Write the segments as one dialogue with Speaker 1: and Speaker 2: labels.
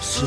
Speaker 1: 是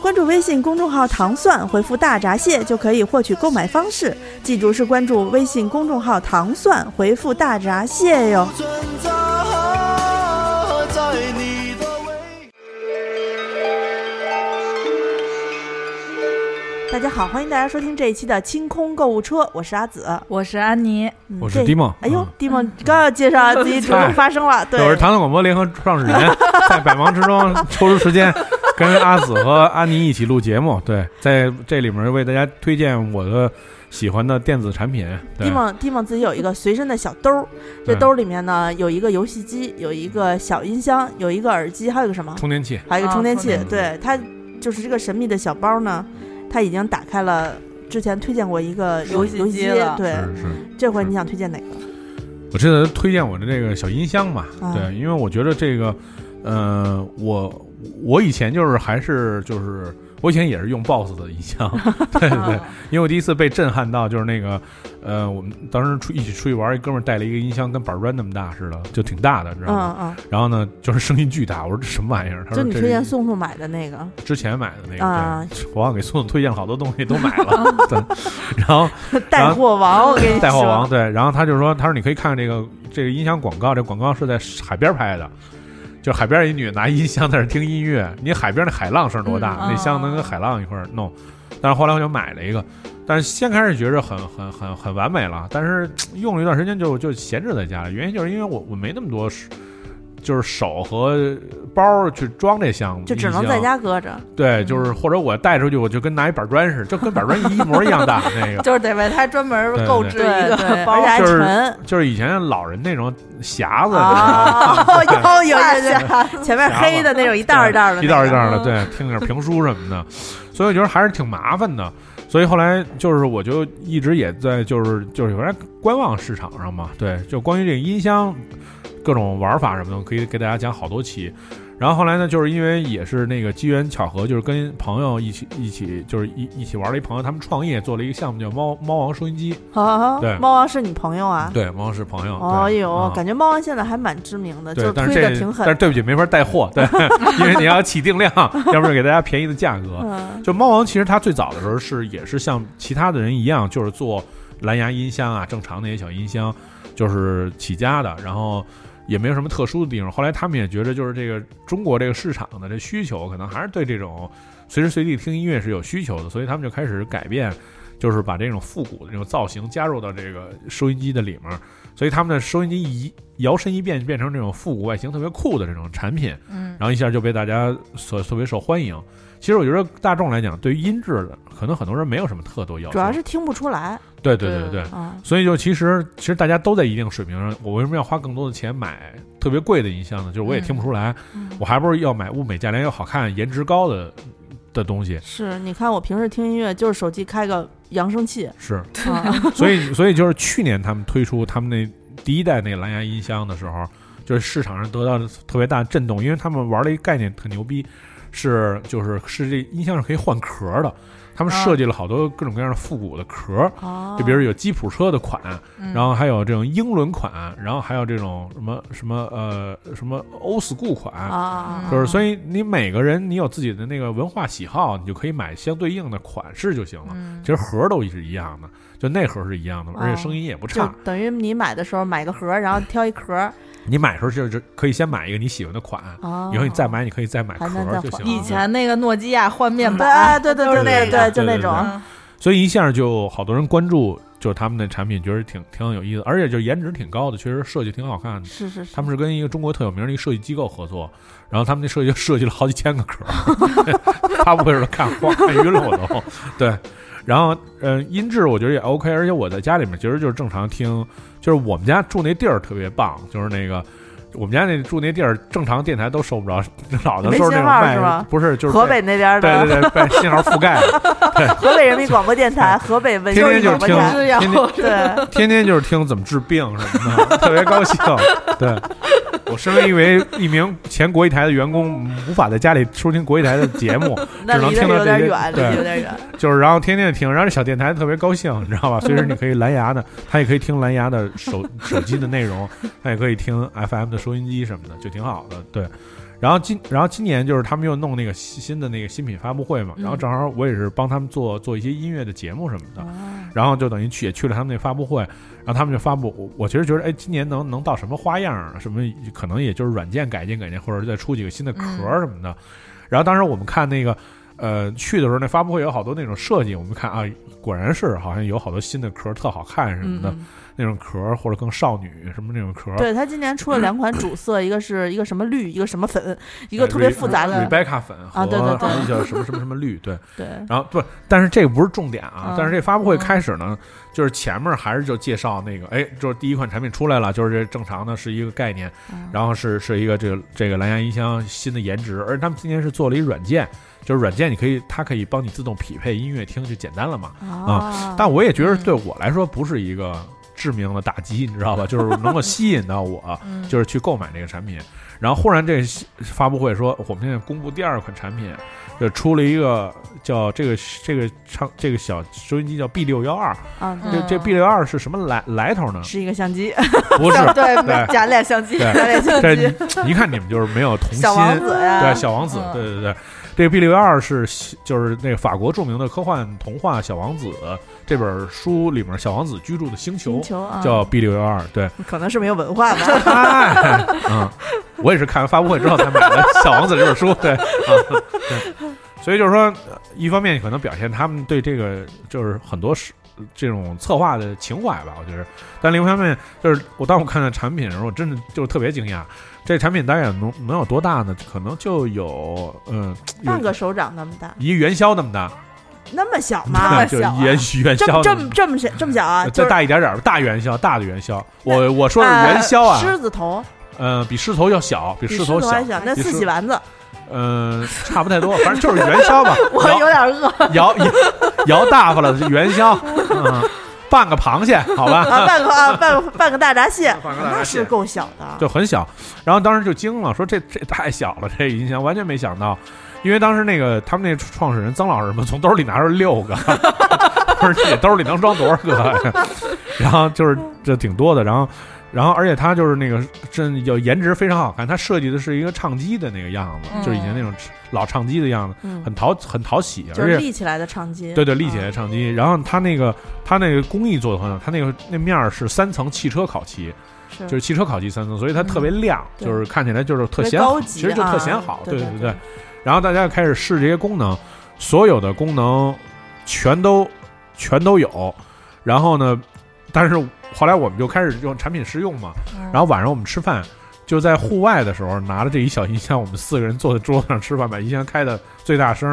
Speaker 2: 关注微信公众号“糖蒜”，回复“大闸蟹”就可以获取购买方式。记住是关注微信公众号“糖蒜”，回复“大闸蟹”哟。
Speaker 3: 存在在你的胃。
Speaker 2: 大家好，欢迎大家收听这一期的清空购物车，我是阿紫。
Speaker 4: 我是安妮，
Speaker 2: 嗯
Speaker 5: 我
Speaker 2: 这
Speaker 5: 是迪梦。
Speaker 2: 哎呦
Speaker 5: 嗯，
Speaker 2: 迪梦刚要介绍自己主动发声 了，对，
Speaker 5: 我是唐唐广播联合 创始人，在百忙之中抽出时间跟阿紫和安妮一起录节目。对，在这里面为大家推荐我的喜欢的电子产品。对
Speaker 2: 迪，梦迪梦自己有一个随身的小兜儿，这
Speaker 5: 对
Speaker 2: 兜儿里面呢有一个游戏机，有一个小音箱，有一个耳机，还有一个什么？
Speaker 5: 充电器。
Speaker 2: 还有一个
Speaker 4: 啊
Speaker 2: 充电
Speaker 4: 充
Speaker 2: 器
Speaker 4: 电。器
Speaker 2: 对，它就是这个神秘的小包呢，它已经打开了。之前推荐过一个游
Speaker 4: 游戏
Speaker 2: 游
Speaker 4: 机
Speaker 2: 戏机
Speaker 4: 了，
Speaker 2: 对，
Speaker 5: 是是，
Speaker 2: 这回
Speaker 5: 是
Speaker 2: 你想推荐哪个？
Speaker 5: 我记得推荐我的这个小音箱嘛，
Speaker 2: 啊
Speaker 5: 对，因为我觉得这个，呃，我我以前就是还是就是我以前也是用 BOSS 的音箱， 对
Speaker 4: 嗯
Speaker 5: 对对，
Speaker 4: 啊
Speaker 5: 因为我第一次被震撼到就是那个，呃，我们当时出一起出去玩，一哥们儿带了一个音箱，跟板砖那么大似的，就挺大的，你知道吗？
Speaker 2: 嗯嗯，
Speaker 5: 然后呢，就是声音巨大，我说这什么玩意儿？他
Speaker 2: 就
Speaker 5: 说
Speaker 2: 你
Speaker 5: 这
Speaker 2: 推荐
Speaker 5: 是
Speaker 2: 宋宋买的那个，
Speaker 5: 之前买的那个，
Speaker 2: 啊
Speaker 5: 对我好像给宋总推荐了好多东西都买了， 对，然后
Speaker 2: 带货王，我跟你说，
Speaker 5: 带货王对，然后他就说，他说你可以看看这个这个音响广告，这广告是在海边拍的，就是海边一女拿音箱在那听音乐，你海边那海浪声多大，
Speaker 4: 嗯
Speaker 5: 那
Speaker 4: 哦
Speaker 5: 箱能跟海浪一块儿弄。但是后来我就买了一个，但是先开始觉着很很很很完美了，但是嘖用了一段时间就就闲置在家里，原因就是因为我我没那么多手。就是手和包儿去装这箱子，
Speaker 2: 就只能
Speaker 5: 音箱
Speaker 2: 在家嗯搁着。
Speaker 5: 对，就是或者我带出去，我就跟拿一板砖似的，就跟板砖一模一样大 那个。
Speaker 4: 就是得为他专门购置一
Speaker 2: 对
Speaker 4: 个
Speaker 2: 而且
Speaker 4: 包。
Speaker 2: 还
Speaker 5: 就是
Speaker 2: 沉。
Speaker 5: 就是以前老人那种匣子，
Speaker 2: 哦，有有有
Speaker 4: 匣
Speaker 2: 有，前面黑的那种一袋儿一袋儿的那个，
Speaker 5: 一袋儿一袋儿的，
Speaker 4: 嗯
Speaker 5: 对，听点评书什么的， 所以我觉得还是挺麻烦的。所以后来就是，我就一直也在就是就是有点观望市场上嘛，对，就关于这个音箱各种玩法什么的，我可以给大家讲好多期。然后后来呢，就是因为也是那个机缘巧合，就是跟朋友一起一起就是一一起玩了一朋友，他们创业做了一个项目叫猫猫王收音机，
Speaker 2: 哦。
Speaker 5: 对
Speaker 2: 猫王是你朋友啊？
Speaker 5: 对，猫王是朋友，
Speaker 2: 哦
Speaker 5: 对
Speaker 2: 呦
Speaker 5: 嗯，
Speaker 2: 感觉猫王现在还蛮知名的，就
Speaker 5: 对，但
Speaker 2: 推
Speaker 5: 是这
Speaker 2: 的挺
Speaker 5: 但是
Speaker 2: 狠。
Speaker 5: 对不起，没法带货，对， 因为你要 起定量，要不然给大家便宜的价格。
Speaker 2: 嗯
Speaker 5: 就猫王其实它最早的时候是也是像其他的人一样，就是做蓝牙音箱啊，正常那些小音箱，就是起家的，然后也没有什么特殊的地方。后来他们也觉得，就是这个中国这个市场的这需求，可能还是对这种随时随地听音乐是有需求的，所以他们就开始改变，就是把这种复古的这种造型加入到这个收音机的里面儿。所以他们的收音机一摇身一变，变成这种复古外形特别酷的这种产品。
Speaker 4: 嗯，
Speaker 5: 然后一下就被大家所特别受欢迎。其实我觉得大众来讲，对于音质的，可能很多人没有什么特多要求，
Speaker 2: 主要是听不出来
Speaker 5: 对对对
Speaker 4: 对
Speaker 5: 对。
Speaker 2: 啊。
Speaker 5: 所以就其实其实大家都在一定水平上，我为什么要花更多的钱买特别贵的音箱呢？就是我也
Speaker 4: 嗯
Speaker 5: 听不出来，
Speaker 2: 嗯
Speaker 5: 我还不如要买物美价廉又好看、颜值高的的东西。
Speaker 2: 是，你看我平时听音乐就是手机开个扬声器，
Speaker 5: 是，
Speaker 2: 啊
Speaker 5: 所以所以就是去年他们推出他们那第一代那个蓝牙音箱的时候，就是市场上得到了特别大的震动，因为他们玩了一个概念很牛逼，是就是是这音箱是可以换壳的，他们
Speaker 4: 啊
Speaker 5: 设计了好多各种各样的复古的壳。
Speaker 2: 哦，
Speaker 5: 就比如有吉普车的款，
Speaker 4: 嗯
Speaker 5: 然后还有这种英伦款，然后还有这种什么什么呃什么 old school 款，
Speaker 2: 啊，
Speaker 5: 就是所
Speaker 2: 以
Speaker 5: 以你每个人你有自己的那个文化喜好，你就可以买相对应的款式就行了。
Speaker 4: 嗯
Speaker 5: 其实盒儿都是一样的，就内盒儿是一样的，而且声音也不
Speaker 2: 就
Speaker 5: 差。
Speaker 2: 等于你买的时候买个盒儿，然后挑一壳儿，
Speaker 5: 你买的时候就是可以先买一个你喜欢的款，
Speaker 2: 哦
Speaker 5: 以后你再买你可以再买壳
Speaker 2: 还能
Speaker 5: 儿
Speaker 2: 再
Speaker 5: 就行
Speaker 2: 换
Speaker 5: 了。
Speaker 4: 以前那个诺基亚换面
Speaker 2: 对
Speaker 4: 板，
Speaker 2: 哎对对
Speaker 4: 就
Speaker 2: 对
Speaker 4: 是
Speaker 2: 对
Speaker 4: 那个
Speaker 2: 就那
Speaker 5: 对对对
Speaker 2: 种，
Speaker 4: 嗯
Speaker 5: 所以一下就好多人关注，就是他们的产品，觉得挺挺有意思，而且就颜值挺高的，确实设计挺好看的。
Speaker 2: 是是是
Speaker 5: 他，们是跟一个中国特有名的一个设计机构合作，然后他们那设计就设计了好几千个壳儿， 发布会的时候看花看晕了我都。对，然后呃音质我觉得也 OK，而且我在家里面其实就是正常听，就是我们家住那地儿特别棒，就是那个。我们家那住那地儿，正常电台都收不着，老的
Speaker 2: 没
Speaker 5: 都
Speaker 2: 信
Speaker 5: 是那种
Speaker 2: 号
Speaker 5: 卖
Speaker 2: 是吗
Speaker 5: 不是就是
Speaker 3: 河北
Speaker 5: 被
Speaker 3: 那边
Speaker 5: 对
Speaker 3: 的
Speaker 5: 对对被信号覆盖，
Speaker 3: 河北人民广播电 台、河北文艺
Speaker 5: 天天就
Speaker 3: 广
Speaker 5: 是
Speaker 3: 播
Speaker 5: 听
Speaker 3: 电台，
Speaker 4: 药
Speaker 5: 天天
Speaker 3: 对，
Speaker 5: 天天就是听怎么治病什么的，特别高兴。对我身为一为一名前国艺台的员工，无法在家里收听国艺台的节目，
Speaker 3: 那
Speaker 5: 只能
Speaker 3: 离得
Speaker 5: 听到
Speaker 3: 有
Speaker 5: 这
Speaker 3: 点
Speaker 5: 些
Speaker 3: 远，离
Speaker 5: 对
Speaker 3: 得有点远。
Speaker 5: 就是然后天天听，然后这小电台特别高兴，你知道吧？随时你可以蓝牙的，它也可以听蓝牙的手手机的内容，它也可以听 FM 的收音机什么的，就挺好的。对，然后今然后今年就是他们又弄那个新新的那个新品发布会嘛，然后正好我也是帮他们做做一些音乐的节目什么的，
Speaker 2: 嗯
Speaker 5: 然后就等于去也去了他们那发布会，然后他们就发布，我我其实觉得哎，今年能能到什么花样啊？什么可能也就是软件改进改进，或者再出几个新的壳
Speaker 3: 嗯
Speaker 5: 儿什么的。然后当时我们看那个。呃，去的时候那发布会有好多那种设计，我们看啊，果然是好像有好多新的壳儿特好看什么的，嗯那种壳儿或者更少女什么那种壳儿，
Speaker 3: 嗯对他今年出了两款主色，一个是一个什么绿，一个什么粉，一
Speaker 5: 哎
Speaker 3: 个特别复杂的。
Speaker 5: Rebecca 粉和
Speaker 3: 啊对对对
Speaker 5: 叫什么什么什么绿，对，
Speaker 3: 对，
Speaker 5: 然后不，但是这个不是重点啊，
Speaker 3: 嗯
Speaker 5: 但是这发布会开始呢，就是前面还是就介绍那个，哎，就是第一款产品出来了，就是这正常的是一个概念，然后是是一个这个这个蓝牙音箱新的颜值，而他们今年是做了一软件，就是软件你可以它可以帮你自动匹配音乐听，就简单了嘛，
Speaker 3: 啊
Speaker 5: 但我也觉得对我来说不是一个致命的打击，你知道吧？就是能够吸引到我，
Speaker 4: 嗯
Speaker 5: 就是去购买这个产品。然后忽然这发布会说，我们现在公布第二款产品，就出了一个叫这个这个唱这个小收音机叫 B 六幺二，
Speaker 3: 啊，
Speaker 5: 这这 B 六幺二是什么来
Speaker 3: ？
Speaker 5: 来头呢
Speaker 3: 是一个相机，
Speaker 5: 不是，对
Speaker 3: 对假脸相机，
Speaker 5: 对
Speaker 3: 假脸相
Speaker 5: 这
Speaker 3: 机，
Speaker 5: 你一看你们就是没有童心，
Speaker 3: 小王子啊呀
Speaker 5: 对，，小王子，
Speaker 4: 嗯
Speaker 5: 对对对，这个 B 六幺二是就是那个法国著名的科幻童话《小王子》这本书里面，小王子居住的星球嗯
Speaker 3: 星球啊，
Speaker 5: 叫 B 六幺二，对，
Speaker 3: 可能是没有文化 吧。
Speaker 5: 嗨，嗯，我也是看完发布会之后才买的《小王子》这本书，对，啊，对，所以就是说，呃一方面可能表现他们对这个就是很多是这种策划的情怀吧，我觉得，但另一方面就是我当我看到产品的时候，我真的就是特别惊讶，这产品大概能能有多大呢？可能就有嗯，有
Speaker 3: 半个手掌那么大，
Speaker 5: 一元宵那么大，
Speaker 3: 那么 啊小
Speaker 5: 那
Speaker 3: 吗？
Speaker 5: 就是元元
Speaker 3: 这么
Speaker 5: 宵
Speaker 3: 这
Speaker 5: 那
Speaker 3: 么
Speaker 5: 么。
Speaker 3: 这么小这么小啊？就
Speaker 5: 再
Speaker 3: 是
Speaker 5: 大一点点吧，大元宵，大的元宵。我我说是
Speaker 3: 呃
Speaker 5: 元宵啊，
Speaker 3: 狮子头
Speaker 5: 呃，比狮头要小，比
Speaker 3: 比
Speaker 5: 狮
Speaker 3: 狮
Speaker 5: 头小，
Speaker 3: 还小，那
Speaker 5: 比
Speaker 3: 四
Speaker 5: 狮
Speaker 3: 喜 丸子，啊
Speaker 5: 嗯，差不太多，反正就是元宵吧。
Speaker 3: 我有点饿
Speaker 5: 摇摇摇大发了，元宵，嗯，半个螃蟹，好吧，
Speaker 3: 啊，半个啊半个半个大闸蟹，
Speaker 5: 半个大闸蟹
Speaker 3: 那是够小的。
Speaker 5: 就很小。然后当时就惊了，说这这太小了，这音箱完全没想到，因为当时那个他们那创始人曾老师嘛，从兜里拿出六个， 不是这兜里能装多少个呀？然后就是这挺多的，然后。然后，而且它就是那个，真有颜值非常好看。它设计的是一个唱机的那个样子，就是以前那种老唱机的样子，
Speaker 3: 嗯，
Speaker 5: 很讨很讨喜，
Speaker 3: 就
Speaker 5: 而且
Speaker 3: 是立起来的长街。
Speaker 5: 对对，立起来
Speaker 3: 啊
Speaker 5: 唱机。然后它那个它那个工艺做的很好，它那个那面儿是三层汽车烤漆，
Speaker 3: 是嗯
Speaker 5: 就是汽车烤漆三层，所以它特别亮，
Speaker 3: 对
Speaker 5: 就是看起来就是特
Speaker 3: 特别
Speaker 5: 显好，
Speaker 3: 高级
Speaker 5: 其实就特
Speaker 3: 啊
Speaker 5: 显好。
Speaker 3: 对
Speaker 5: 对
Speaker 3: 对
Speaker 5: 对
Speaker 3: 对
Speaker 5: 对。然后大家开始试这些功能，所有的功能全都全都有。然后呢，但是后来我们就开始用产品试用嘛。
Speaker 3: 嗯
Speaker 5: 然后晚上我们吃饭。就在户外的时候，拿着这一小音箱，我们四个人坐在桌子上吃饭，把音箱开的最大声，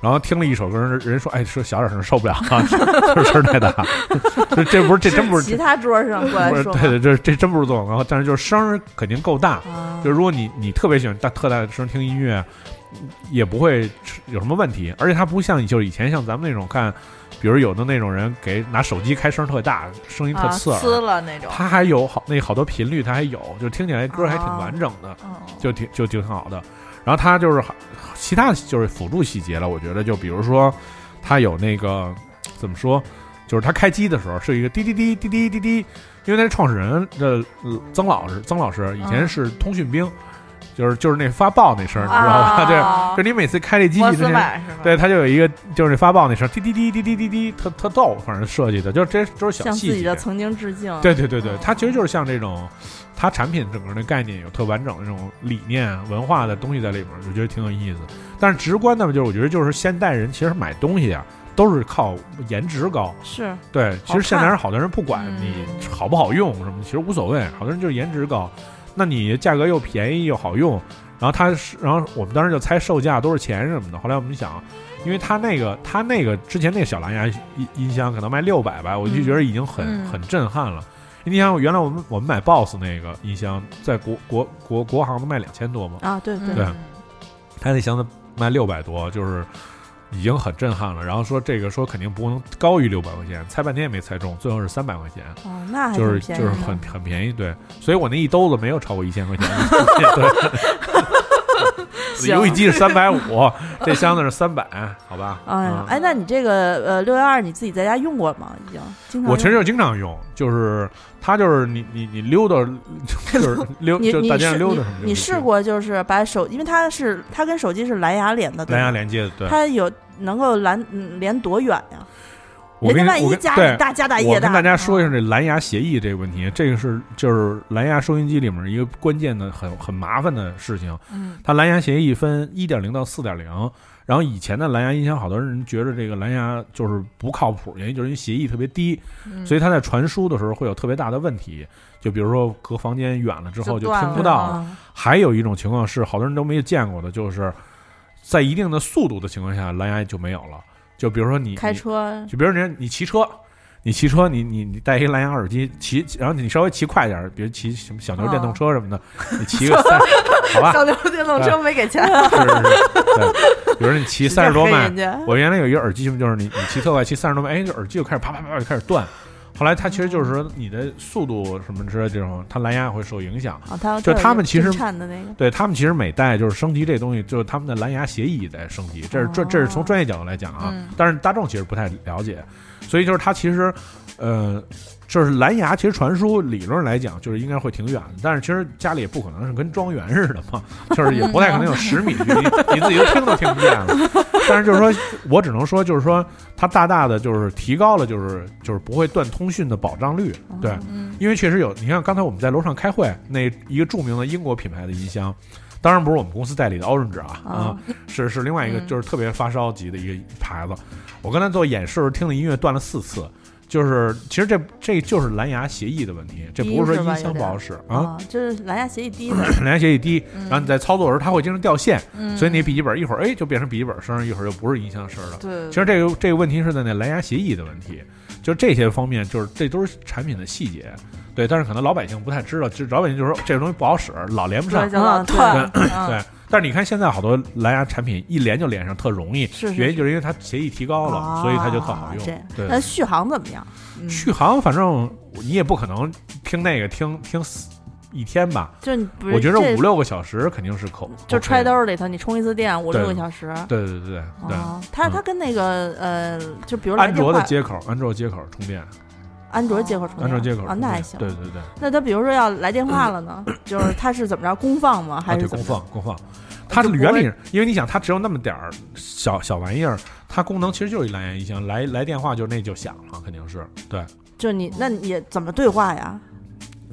Speaker 5: 然后听了一首歌，人说：“哎，说小点声，受不了啊， 就是声太大。”这 这不是这真不是
Speaker 3: 其他桌上过来
Speaker 5: 不是，
Speaker 3: 说
Speaker 5: 对对，这这真不是做广告，但是就是声儿肯定够大。
Speaker 3: 啊
Speaker 5: 就，是如果你你特别喜欢大特大的声听音乐，也不会有什么问题。而且它不像就是以前像咱们那种看，比如有的那种人给拿手机开声特大，声音特
Speaker 4: 啊，
Speaker 5: 刺耳。
Speaker 4: 撕了那种，
Speaker 5: 它还有好那好多频率，它还有，就听起来歌还挺完整的，
Speaker 4: 嗯，
Speaker 5: 就挺就挺好的。然后它就是好其他的就是辅助细节了，我觉得就比如说它有那个怎么说，就是它开机的时候是一个滴滴滴滴滴滴滴，因为那创始人的呃曾老师，曾老师以前是通讯兵，就是就是那发报那声儿，你知道吧？对，
Speaker 4: 啊
Speaker 5: 就你每次开这机器
Speaker 4: 摩
Speaker 5: 之
Speaker 4: 斯
Speaker 5: 前，
Speaker 4: 码是吧？
Speaker 5: 对，它就有一个就是那发报那声儿，滴滴滴滴滴滴滴，特特逗，反正设计的，就是这都是小
Speaker 3: 向
Speaker 5: 细
Speaker 3: 自己的
Speaker 5: 节。
Speaker 3: 曾经致敬。
Speaker 5: 对对对对，它其实就是像这种，它产品整个的概念有特完整的这种理念、文化的东西在里面，我觉得挺有意思。但是直观的嘛，就是我觉得就是现代人其实买东西啊，都是靠颜值高。
Speaker 3: 是
Speaker 5: 对，其
Speaker 3: 好
Speaker 5: 实现在
Speaker 3: 看
Speaker 5: 人好多人不管你
Speaker 4: 嗯
Speaker 5: 好不好用什么，其实无所谓，好多人就是颜值高，那你价格又便宜又好用，然后他是，然后我们当时就猜售价多少钱什么的，后来我们想。因为他那个，他那个之前那个小蓝牙音音箱可能卖六百吧，我就觉得已经很、
Speaker 4: 嗯
Speaker 5: 很震撼了。你想，原来我们我们买 BOSS 那个音箱，在国国国国行都卖两千多嘛，
Speaker 2: 啊，对
Speaker 4: 嗯
Speaker 2: 对，
Speaker 5: 对他那箱子卖六百多，就是已经很震撼了。然后说这个说肯定不能高于六百块钱，猜半天也没猜中，最后是三百块钱，
Speaker 2: 哦，那还
Speaker 5: 就是
Speaker 2: 挺便
Speaker 5: 就
Speaker 2: 宜啊
Speaker 5: 是
Speaker 2: 的
Speaker 5: 很很便宜。对，所以我那一兜子没有超过一千块钱。 对，游戏机是三百五，这箱子是三百，好吧？
Speaker 2: 哎呀
Speaker 5: 嗯，
Speaker 2: 哎，那你这个呃六幺二你自己在家用过吗？已经经常
Speaker 5: 我其实
Speaker 2: 用
Speaker 5: 就经常用，就是它就是你你你溜达， 就是溜
Speaker 2: 你
Speaker 5: 就是
Speaker 2: 你
Speaker 5: 大街
Speaker 2: 试
Speaker 5: 上溜达什么
Speaker 2: 你你试过就是把手，因为它是它跟手机是蓝牙连的，对
Speaker 5: 蓝牙
Speaker 2: 吗
Speaker 5: 连接的，对。
Speaker 2: 它有能够蓝嗯连多远呀？
Speaker 5: 我
Speaker 2: 人
Speaker 5: 跟
Speaker 2: 家
Speaker 5: 你
Speaker 2: 万
Speaker 5: 我
Speaker 2: 一
Speaker 5: 跟
Speaker 2: 家
Speaker 5: 对
Speaker 2: 里大家大
Speaker 5: 我
Speaker 2: 业
Speaker 5: 跟
Speaker 2: 大，
Speaker 5: 大家说一
Speaker 2: 啊
Speaker 5: 下这蓝牙协议这个问题，这个是就是蓝牙收音机里面一个关键的很很麻烦的事情。
Speaker 4: 嗯，
Speaker 5: 它蓝牙协议分一点零到四点零，然后以前的蓝牙音箱，好多人觉得这个蓝牙就是不靠谱，原因就是因为协议特别低，
Speaker 4: 嗯
Speaker 5: 所以它在传输的时候会有特别大的问题，就比如说隔房间远了之后
Speaker 4: 就
Speaker 5: 就
Speaker 4: 断
Speaker 5: 听
Speaker 4: 了
Speaker 5: 不到。
Speaker 2: 啊
Speaker 5: 还有一种情况是，好多人都没有见过的，就是在一定的速度的情况下，蓝牙就没有了。就比如说你
Speaker 2: 开，车
Speaker 5: 你就比如你你骑车，你骑车，你你你戴一蓝牙耳机骑，然后你稍微骑快点儿，比如骑什么小牛电动车什么的，你骑个三，好吧，
Speaker 4: 小牛电动车没给钱，
Speaker 5: 是是是，对，比如说你骑三十多迈
Speaker 2: 人，家
Speaker 5: 我原来有一个耳机，就是你你骑特快，骑三十多迈，哎，这耳机就开始啪啪啪啪就开始断。后来它其实就是说你的速度什么之类的这种，它蓝牙也会受影响。
Speaker 2: 啊，它
Speaker 5: 就
Speaker 2: 它有
Speaker 5: 他
Speaker 2: 一
Speaker 5: 们
Speaker 2: 个
Speaker 5: 其实
Speaker 2: 震颤的那个
Speaker 5: 对他们其实每代就是升级这东西，就是他们的蓝牙协议也在升级，这是专这是从专业角度来讲啊，
Speaker 4: 嗯
Speaker 5: 但是大众其实不太了解，所以就是它其实，呃，就是蓝牙其实传输理论来讲就是应该会挺远的，但是其实家里也不可能是跟庄园似的嘛，就是也不太可能有十米距离，你自己都听都听不见了。但是就是说我只能说就是说它大大的就是提高了就是就是不会断通讯的保障率，对，
Speaker 4: 嗯
Speaker 5: 因为确实有，你看刚才我们在楼上开会，那一个著名的英国品牌的音箱，当然不是我们公司代理的 Orange 啊，啊、
Speaker 2: 啊
Speaker 5: 是是另外一个
Speaker 4: 嗯
Speaker 5: 就是特别发烧级的一个牌子。我刚才做演示的时候听的音乐断了四次，就是其实这这就是蓝牙协议的问题，这不是说音箱不好使啊，
Speaker 2: 啊，就是蓝牙协议低的
Speaker 5: 蓝牙协议低，然后你在操作的时候它会经常掉线，
Speaker 4: 嗯
Speaker 5: 所以你笔记本一会儿哎就变成笔记本声儿，一会儿又不是音箱声儿了。
Speaker 4: 对
Speaker 5: 其实这个这个问题是在那蓝牙协议的问题，就这些方面，就是这都是产品的细节，对。但是可能老百姓不太知道，就老百姓就说这个东西不好使，老连不上。
Speaker 4: 小老
Speaker 2: 嗯对
Speaker 4: 断，
Speaker 5: 对
Speaker 4: 对，
Speaker 5: 但是你看现在好多蓝牙产品一连就连上，特容易，
Speaker 2: 是是
Speaker 5: 原因就是因为它协议提高了，
Speaker 2: 啊
Speaker 5: 所以它就特好用
Speaker 2: 这。
Speaker 5: 对，
Speaker 2: 那续航怎么样？
Speaker 5: 续航反正你也不可能听那个听听四一天吧，
Speaker 2: 就你不是
Speaker 5: 我觉得
Speaker 2: 这
Speaker 5: 五六个小时肯定是可
Speaker 2: 就
Speaker 5: OK
Speaker 2: 揣
Speaker 5: 的。
Speaker 2: 兜里头，你充一次电五六
Speaker 5: 对
Speaker 2: 个小时。
Speaker 5: 对对对对对，嗯
Speaker 2: 哦，它它跟那个呃，就比如来
Speaker 5: 安
Speaker 2: 电
Speaker 5: 卓
Speaker 2: 话
Speaker 5: 的，接口，安卓接口充电，
Speaker 2: 安卓接口充电，
Speaker 5: 安卓接口
Speaker 2: 啊，
Speaker 5: 充
Speaker 2: 那还
Speaker 5: 电
Speaker 2: 行。
Speaker 5: 对对对。
Speaker 2: 那它比如说要来电话了 呢，就是它是怎么着公放吗？
Speaker 5: 啊，
Speaker 2: 还
Speaker 5: 对，
Speaker 2: 是怎
Speaker 5: 功
Speaker 2: 么
Speaker 5: 放
Speaker 2: 着？
Speaker 5: 功放，它的
Speaker 2: 就不
Speaker 5: 原
Speaker 2: 会
Speaker 5: 理，因为你想，它只有那么点儿小小玩意儿，它功能其实就是一蓝牙音箱，来来电话就那就响了，肯定是对，
Speaker 2: 就你那你也怎么对话呀？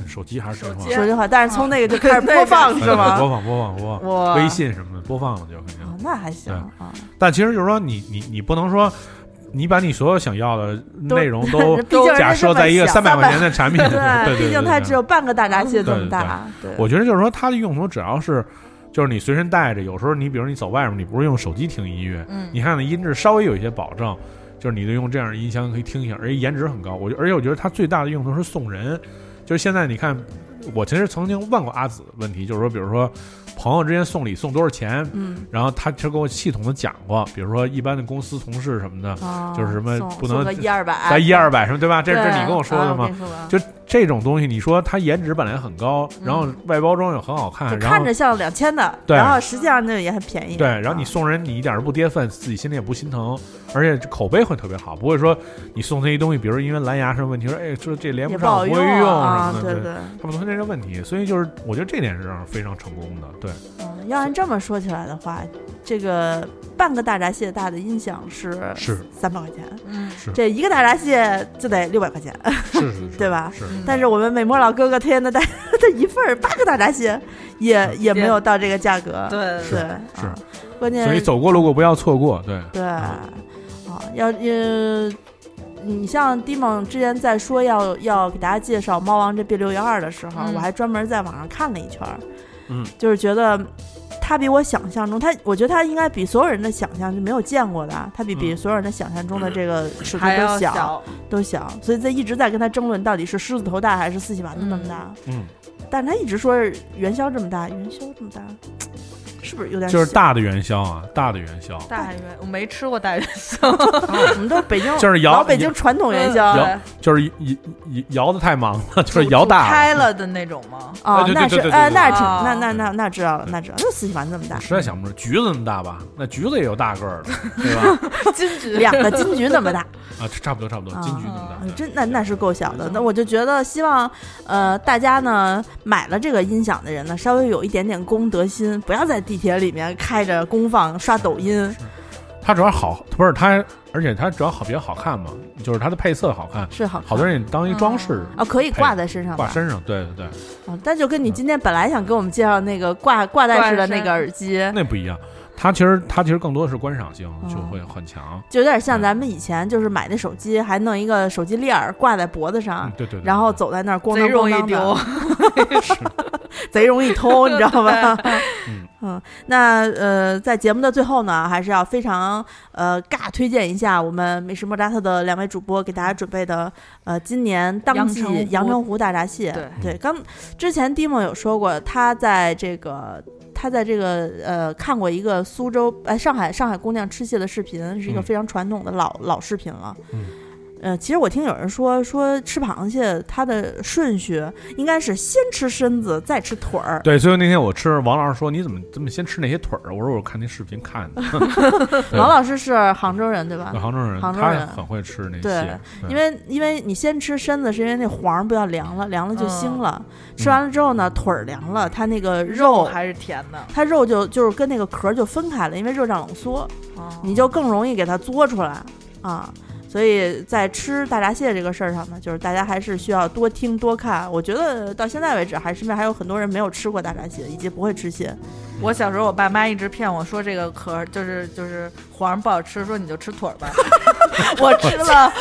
Speaker 5: 手机还是
Speaker 4: 手
Speaker 5: 电话
Speaker 4: 机，
Speaker 2: 说句话，但是从那个就开始
Speaker 4: 开始
Speaker 2: 播
Speaker 4: 播
Speaker 2: 放
Speaker 4: 放
Speaker 5: 哎
Speaker 2: 是吗？
Speaker 5: 播放播放播
Speaker 2: 哇
Speaker 5: 放，微信什么的播放了就肯
Speaker 2: 啊
Speaker 5: 定，，
Speaker 2: 那还行啊。
Speaker 5: 但其实就是说你，你你不能说。你把你所有想要的
Speaker 2: 都
Speaker 5: 内容都
Speaker 2: 毕竟人家
Speaker 5: 假设
Speaker 2: 这么
Speaker 5: 在一个
Speaker 2: 小
Speaker 5: 三百块钱的产品， 对，
Speaker 2: 毕竟它
Speaker 5: 它
Speaker 2: 只有半个大闸蟹这么
Speaker 5: 对
Speaker 2: 大。对，
Speaker 5: 我觉得就是说，它的用途只要是，就是你随身带着，有时候你比如你走外面，你不是用手机听音乐，
Speaker 4: 嗯
Speaker 5: 你看的音质稍微有一些保证，就是你就用这样的音箱可以听一下，而且颜值很高。我觉而且我觉得它最大的用途是送人，就是现在你看，我其实曾经问过阿紫问题，就是说，比如说朋友之间送礼送多少钱，
Speaker 2: 嗯，
Speaker 5: 然后他其实跟我系统的讲过，比如说一般的公司同事什么的，
Speaker 2: 啊
Speaker 5: 就是什么
Speaker 2: 送
Speaker 5: 不能
Speaker 2: 送个一二百，
Speaker 5: 才一二百什么，对吧？这是这是你
Speaker 2: 啊对啊
Speaker 5: 跟我说的吗？就这种东西，你说它颜值本来很高，然后外包装又很好
Speaker 2: 嗯
Speaker 5: 看，
Speaker 2: 就
Speaker 5: 啊然后
Speaker 2: 看着像两千的，
Speaker 5: 对
Speaker 2: 然后实际上那也很便宜。
Speaker 5: 对，然后你
Speaker 2: 啊
Speaker 5: 送人，你一点儿都不跌份，自己心里也不心疼，而且口碑会特别好，不会说你送他一东西，比如因为蓝牙什么问题，说哎说这连
Speaker 2: 也
Speaker 5: 不
Speaker 2: 不
Speaker 5: 上，
Speaker 2: 好
Speaker 5: 不会用
Speaker 2: 啊
Speaker 5: 什，么的，
Speaker 2: 对对。
Speaker 5: 他不存在这个问题，所以就是我觉得这点是让人非常成功的， 对，
Speaker 2: 嗯，要按这么说起来的话，这个半个大闸蟹大的音响是
Speaker 5: 是
Speaker 2: 三百块钱，
Speaker 4: 嗯
Speaker 5: 是
Speaker 2: 这一个大闸蟹就得六百块 钱。
Speaker 5: 是是是，
Speaker 2: 对吧
Speaker 5: 是
Speaker 4: 嗯
Speaker 2: 但是我们美墨老哥哥推荐的大 的一份儿八个大闸蟹，也也没有到这个价格。
Speaker 4: 对
Speaker 2: 对
Speaker 5: 是嗯是
Speaker 2: 啊关键
Speaker 5: 所以
Speaker 2: 是
Speaker 5: 走过路过不要错过，对，
Speaker 2: 对
Speaker 5: 嗯
Speaker 2: 啊，要呃。你像 d i m o n 之前在说要要给大家介绍《猫王》这 B 六幺二的时候，
Speaker 4: 嗯
Speaker 2: 我还专门在网上看了一圈儿，
Speaker 5: 嗯，
Speaker 2: 就是觉得它他比我想象中，他我觉得他应该比所有人的想象是没有见过的啊，他比比
Speaker 5: 嗯
Speaker 2: 所有人的想象中的这 个尺度
Speaker 4: 还要
Speaker 2: 都小，都小，所以在一直在跟他争论到底是狮子头大还是四喜丸子那么大，
Speaker 5: 嗯，
Speaker 2: 但是他一直说是元宵这么大，元宵这么大，是不是有点
Speaker 5: 就是
Speaker 2: 小？
Speaker 5: 大的元宵啊，大的元宵，
Speaker 4: 大元，我没吃过 大元宵，
Speaker 2: 啊我们都是北京，
Speaker 5: 就是嗯摇
Speaker 2: 老北京传统元宵
Speaker 5: 摇
Speaker 4: 对
Speaker 5: 就是摇摇摇的太忙了， 就是
Speaker 4: 煮
Speaker 5: 摇
Speaker 4: 煮
Speaker 5: 大了，
Speaker 4: 开了的那种 吗？
Speaker 2: 啊
Speaker 5: 啊，对对
Speaker 2: 那
Speaker 5: 对
Speaker 2: 是
Speaker 5: 对对
Speaker 2: 呃，
Speaker 5: 对
Speaker 2: 那是挺
Speaker 4: 啊
Speaker 2: 那那那那知道了，那知道了，就四喜丸子那么大，
Speaker 5: 实在想不出来，橘子那么大吧？那橘子也有大个儿的，对吧？
Speaker 4: 金桔
Speaker 2: 两个金桔那么大，
Speaker 5: 啊，差不多差不多，
Speaker 2: 啊
Speaker 5: 金桔那么大
Speaker 2: 嗯
Speaker 5: 对，
Speaker 2: 真那那是够小的。那我就觉得，希望呃大家呢买了这个音响的人呢，稍微有一点点公德心，不要在地铁里面开着公放刷抖音。嗯
Speaker 5: 它主要好，不是它，而且它主要好比较好看嘛，就是它的配色好看，
Speaker 2: 是好看，
Speaker 5: 好多人也当一装饰
Speaker 2: 啊，可以挂在身上
Speaker 5: 挂嗯
Speaker 2: 吧？
Speaker 5: 身上，对对对，
Speaker 2: 啊，但就跟你今天本来想给我们介绍那个挂挂带式的那个耳机，
Speaker 5: 那不一样。它其实它其实更多的是观赏性，
Speaker 2: 嗯
Speaker 5: 就会很强。
Speaker 2: 就有点像咱们以前就是买那手机，还弄一个手机链儿挂在脖子上
Speaker 5: 嗯，，对对对。
Speaker 2: 啊然后走在那儿咣
Speaker 4: 贼
Speaker 2: 当
Speaker 4: 容
Speaker 2: 咣
Speaker 4: 易
Speaker 2: 当
Speaker 4: 丢
Speaker 2: 的，，贼容易偷，你知道 吧？
Speaker 5: 嗯
Speaker 2: 嗯，那呃，在节目的最后呢，还是要非常呃尬推荐一下我们美食莫扎特的两位主播给大家准备的呃今年当季
Speaker 4: 阳澄湖
Speaker 2: 阳澄湖大闸蟹。
Speaker 4: 对
Speaker 5: 嗯
Speaker 2: 刚之前 Dimo 有说过，他在这个。他在这个呃看过一个苏州呃上海上海姑娘吃蟹的视频，是一个
Speaker 5: 嗯
Speaker 2: 非常传统的老、老视频了。
Speaker 5: 嗯，
Speaker 2: 呃，其实我听有人说说吃螃蟹它的顺序应该是先吃身子，再吃腿儿。
Speaker 5: 对，所以那天我吃，王老师说你怎么这么先吃那些腿儿？我说我看那视频 看的，对啊
Speaker 2: 王老师是杭州人对吧？
Speaker 5: 杭州人，
Speaker 2: 杭州
Speaker 5: 他
Speaker 2: 人
Speaker 5: 很会吃那
Speaker 2: 对
Speaker 5: 些，对
Speaker 2: 因为因为你先吃身子，是因为那黄儿不要凉了，凉了就腥
Speaker 4: 嗯
Speaker 2: 了。吃完了之后呢，腿儿凉了，它那个
Speaker 4: 肉
Speaker 2: 肉，
Speaker 4: 还是甜的。
Speaker 2: 它肉就就是跟那个壳儿就分开了，因为热胀冷缩，
Speaker 4: 嗯
Speaker 2: 你就更容易给它嘬出来啊。所以在吃大闸蟹这个事儿上呢，就是大家还是需要多听多看。我觉得到现在为止，还身边还有很多人没有吃过大闸蟹，以及不会吃蟹。
Speaker 4: 我小时候，我爸妈一直骗我说这个壳儿就是就是黄不好吃，说你就吃腿儿 吧。我吃了，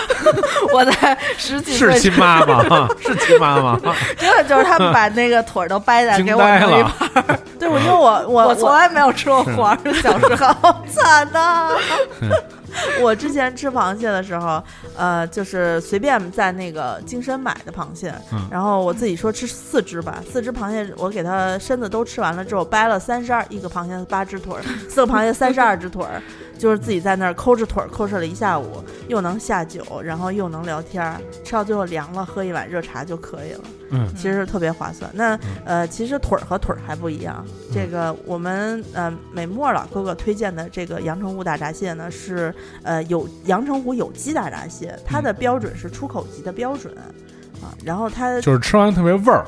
Speaker 4: 我在十几岁
Speaker 5: 是亲妈妈， 是亲妈妈，
Speaker 4: 真的就是他们把那个腿儿都掰在
Speaker 5: 惊
Speaker 4: 给我
Speaker 5: 呆
Speaker 4: 弄一
Speaker 5: 了
Speaker 4: 盘。，
Speaker 2: 对，我因为我我
Speaker 4: 我从来没有吃过黄儿，小时候
Speaker 2: 惨呐！ 我之前吃螃蟹的时候，呃，就是随便在那个京深买的螃蟹，
Speaker 5: 嗯
Speaker 2: 然后我自己说吃四只吧，四只螃蟹我给它身子都吃完了之后，掰了三十二一个螃蟹八只腿儿，四个螃蟹三十二只腿儿， 就是自己在那儿抠着腿儿抠着了一下午，又能下酒，然后又能聊天儿，吃到最后凉了，喝一碗热茶就可以了。
Speaker 5: 嗯，
Speaker 2: 其实特别划算。那呃，其实腿儿和腿儿还不一样。这个我们呃美墨老哥哥推荐的这个阳澄湖大闸蟹呢，是呃有阳澄湖有机大闸蟹，它
Speaker 5: 嗯
Speaker 2: 的标准是出口级的标准。啊，然后它
Speaker 5: 就是吃完特别味儿，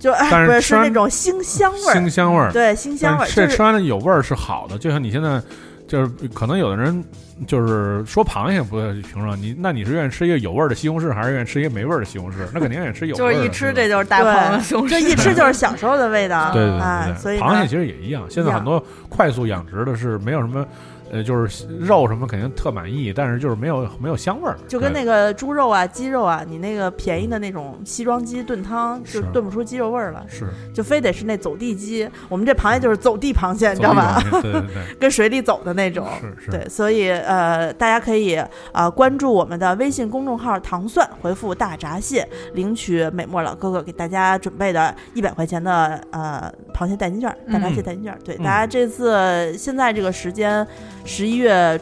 Speaker 2: 就 哎
Speaker 5: 但是
Speaker 2: 不是
Speaker 5: 吃
Speaker 2: 是
Speaker 5: 完
Speaker 2: 那种腥香味
Speaker 5: 腥
Speaker 2: 儿，
Speaker 5: 香味儿，
Speaker 2: 对腥香味
Speaker 5: 但
Speaker 2: 儿，
Speaker 5: 是
Speaker 2: 就
Speaker 5: 这
Speaker 2: 是
Speaker 5: 吃完了有味儿是好的，就像你现在就是可能有的人就是说螃蟹不太平常，你那你是愿意吃一个有味儿的西红柿，还是愿意吃一个没味儿的西红柿？那肯定愿意吃有味
Speaker 4: 就
Speaker 5: 儿
Speaker 4: 是
Speaker 5: 的。
Speaker 4: 一吃
Speaker 5: 对
Speaker 4: 这就
Speaker 5: 吧
Speaker 4: 是大
Speaker 2: 对
Speaker 4: 胖子西红柿
Speaker 2: 这一吃 就是小时候的味道。
Speaker 5: 对对对
Speaker 2: 哎
Speaker 5: 对，
Speaker 2: 所以呢
Speaker 5: 螃蟹其实也一样，现在
Speaker 2: 一样
Speaker 5: 很多快速养殖的是没有什么。呃，就是肉什么肯定特满意，但是就是没有没有香味儿，
Speaker 2: 就跟那
Speaker 5: 对
Speaker 2: 个猪肉啊、鸡肉啊，你那个便宜的那种西装鸡炖汤，就是炖不出鸡肉味儿了。
Speaker 5: 是
Speaker 2: 就非得是那走地鸡，我们这螃蟹就是走地螃蟹，你知道
Speaker 5: 吧
Speaker 2: 吧？？
Speaker 5: 对对对，
Speaker 2: 跟水里走的那种。
Speaker 5: 是是，
Speaker 2: 对，所以呃，大家可以呃关注我们的微信公众号“糖蒜”，回复“大闸蟹”，领取美墨老哥哥给大家准备的一百块钱的呃螃蟹代金券、大闸蟹
Speaker 5: 嗯
Speaker 2: 代金券。对，
Speaker 5: 嗯
Speaker 2: 大家这次现在这个时间，十一月。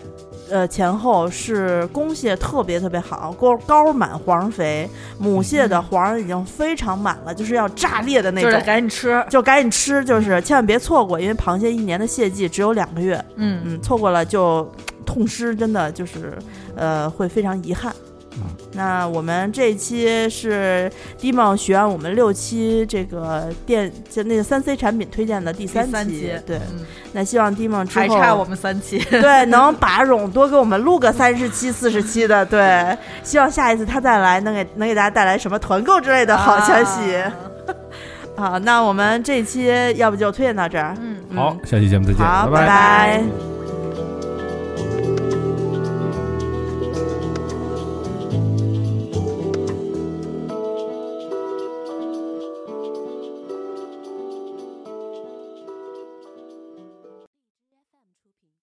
Speaker 2: 呃，前后是公蟹特别特别好，膏膏满黄肥，母蟹
Speaker 5: 嗯
Speaker 2: 的黄已经非常满了，就是要炸裂的那
Speaker 4: 就是
Speaker 2: 种，
Speaker 4: 赶紧吃，
Speaker 2: 就赶紧吃，就是千万别错过，因为螃蟹一年的蟹季只有两个月，
Speaker 4: 嗯，
Speaker 2: 嗯，错过了就痛失，真的就是呃会非常遗憾。
Speaker 5: 嗯
Speaker 2: 那我们这一期是 Dimo 学院我们六期这个电就那个三 C 产品推荐的第
Speaker 4: 第
Speaker 2: 三期，
Speaker 4: 三期
Speaker 2: 对，
Speaker 4: 嗯
Speaker 2: 那希望 Dimo 之
Speaker 4: 还
Speaker 2: 后
Speaker 4: 差我们三期，
Speaker 2: 对能把冗多给我们录个三十期、四十期的，
Speaker 4: 嗯
Speaker 2: 对，希望下一次他再来能给能给大家带来什么团购之类的好消息。
Speaker 4: 啊
Speaker 2: 好，那我们这一期要不就推荐到这儿，
Speaker 4: 嗯。
Speaker 2: 嗯
Speaker 5: 好，，下期节目再见，
Speaker 2: 好，
Speaker 5: 拜
Speaker 2: 拜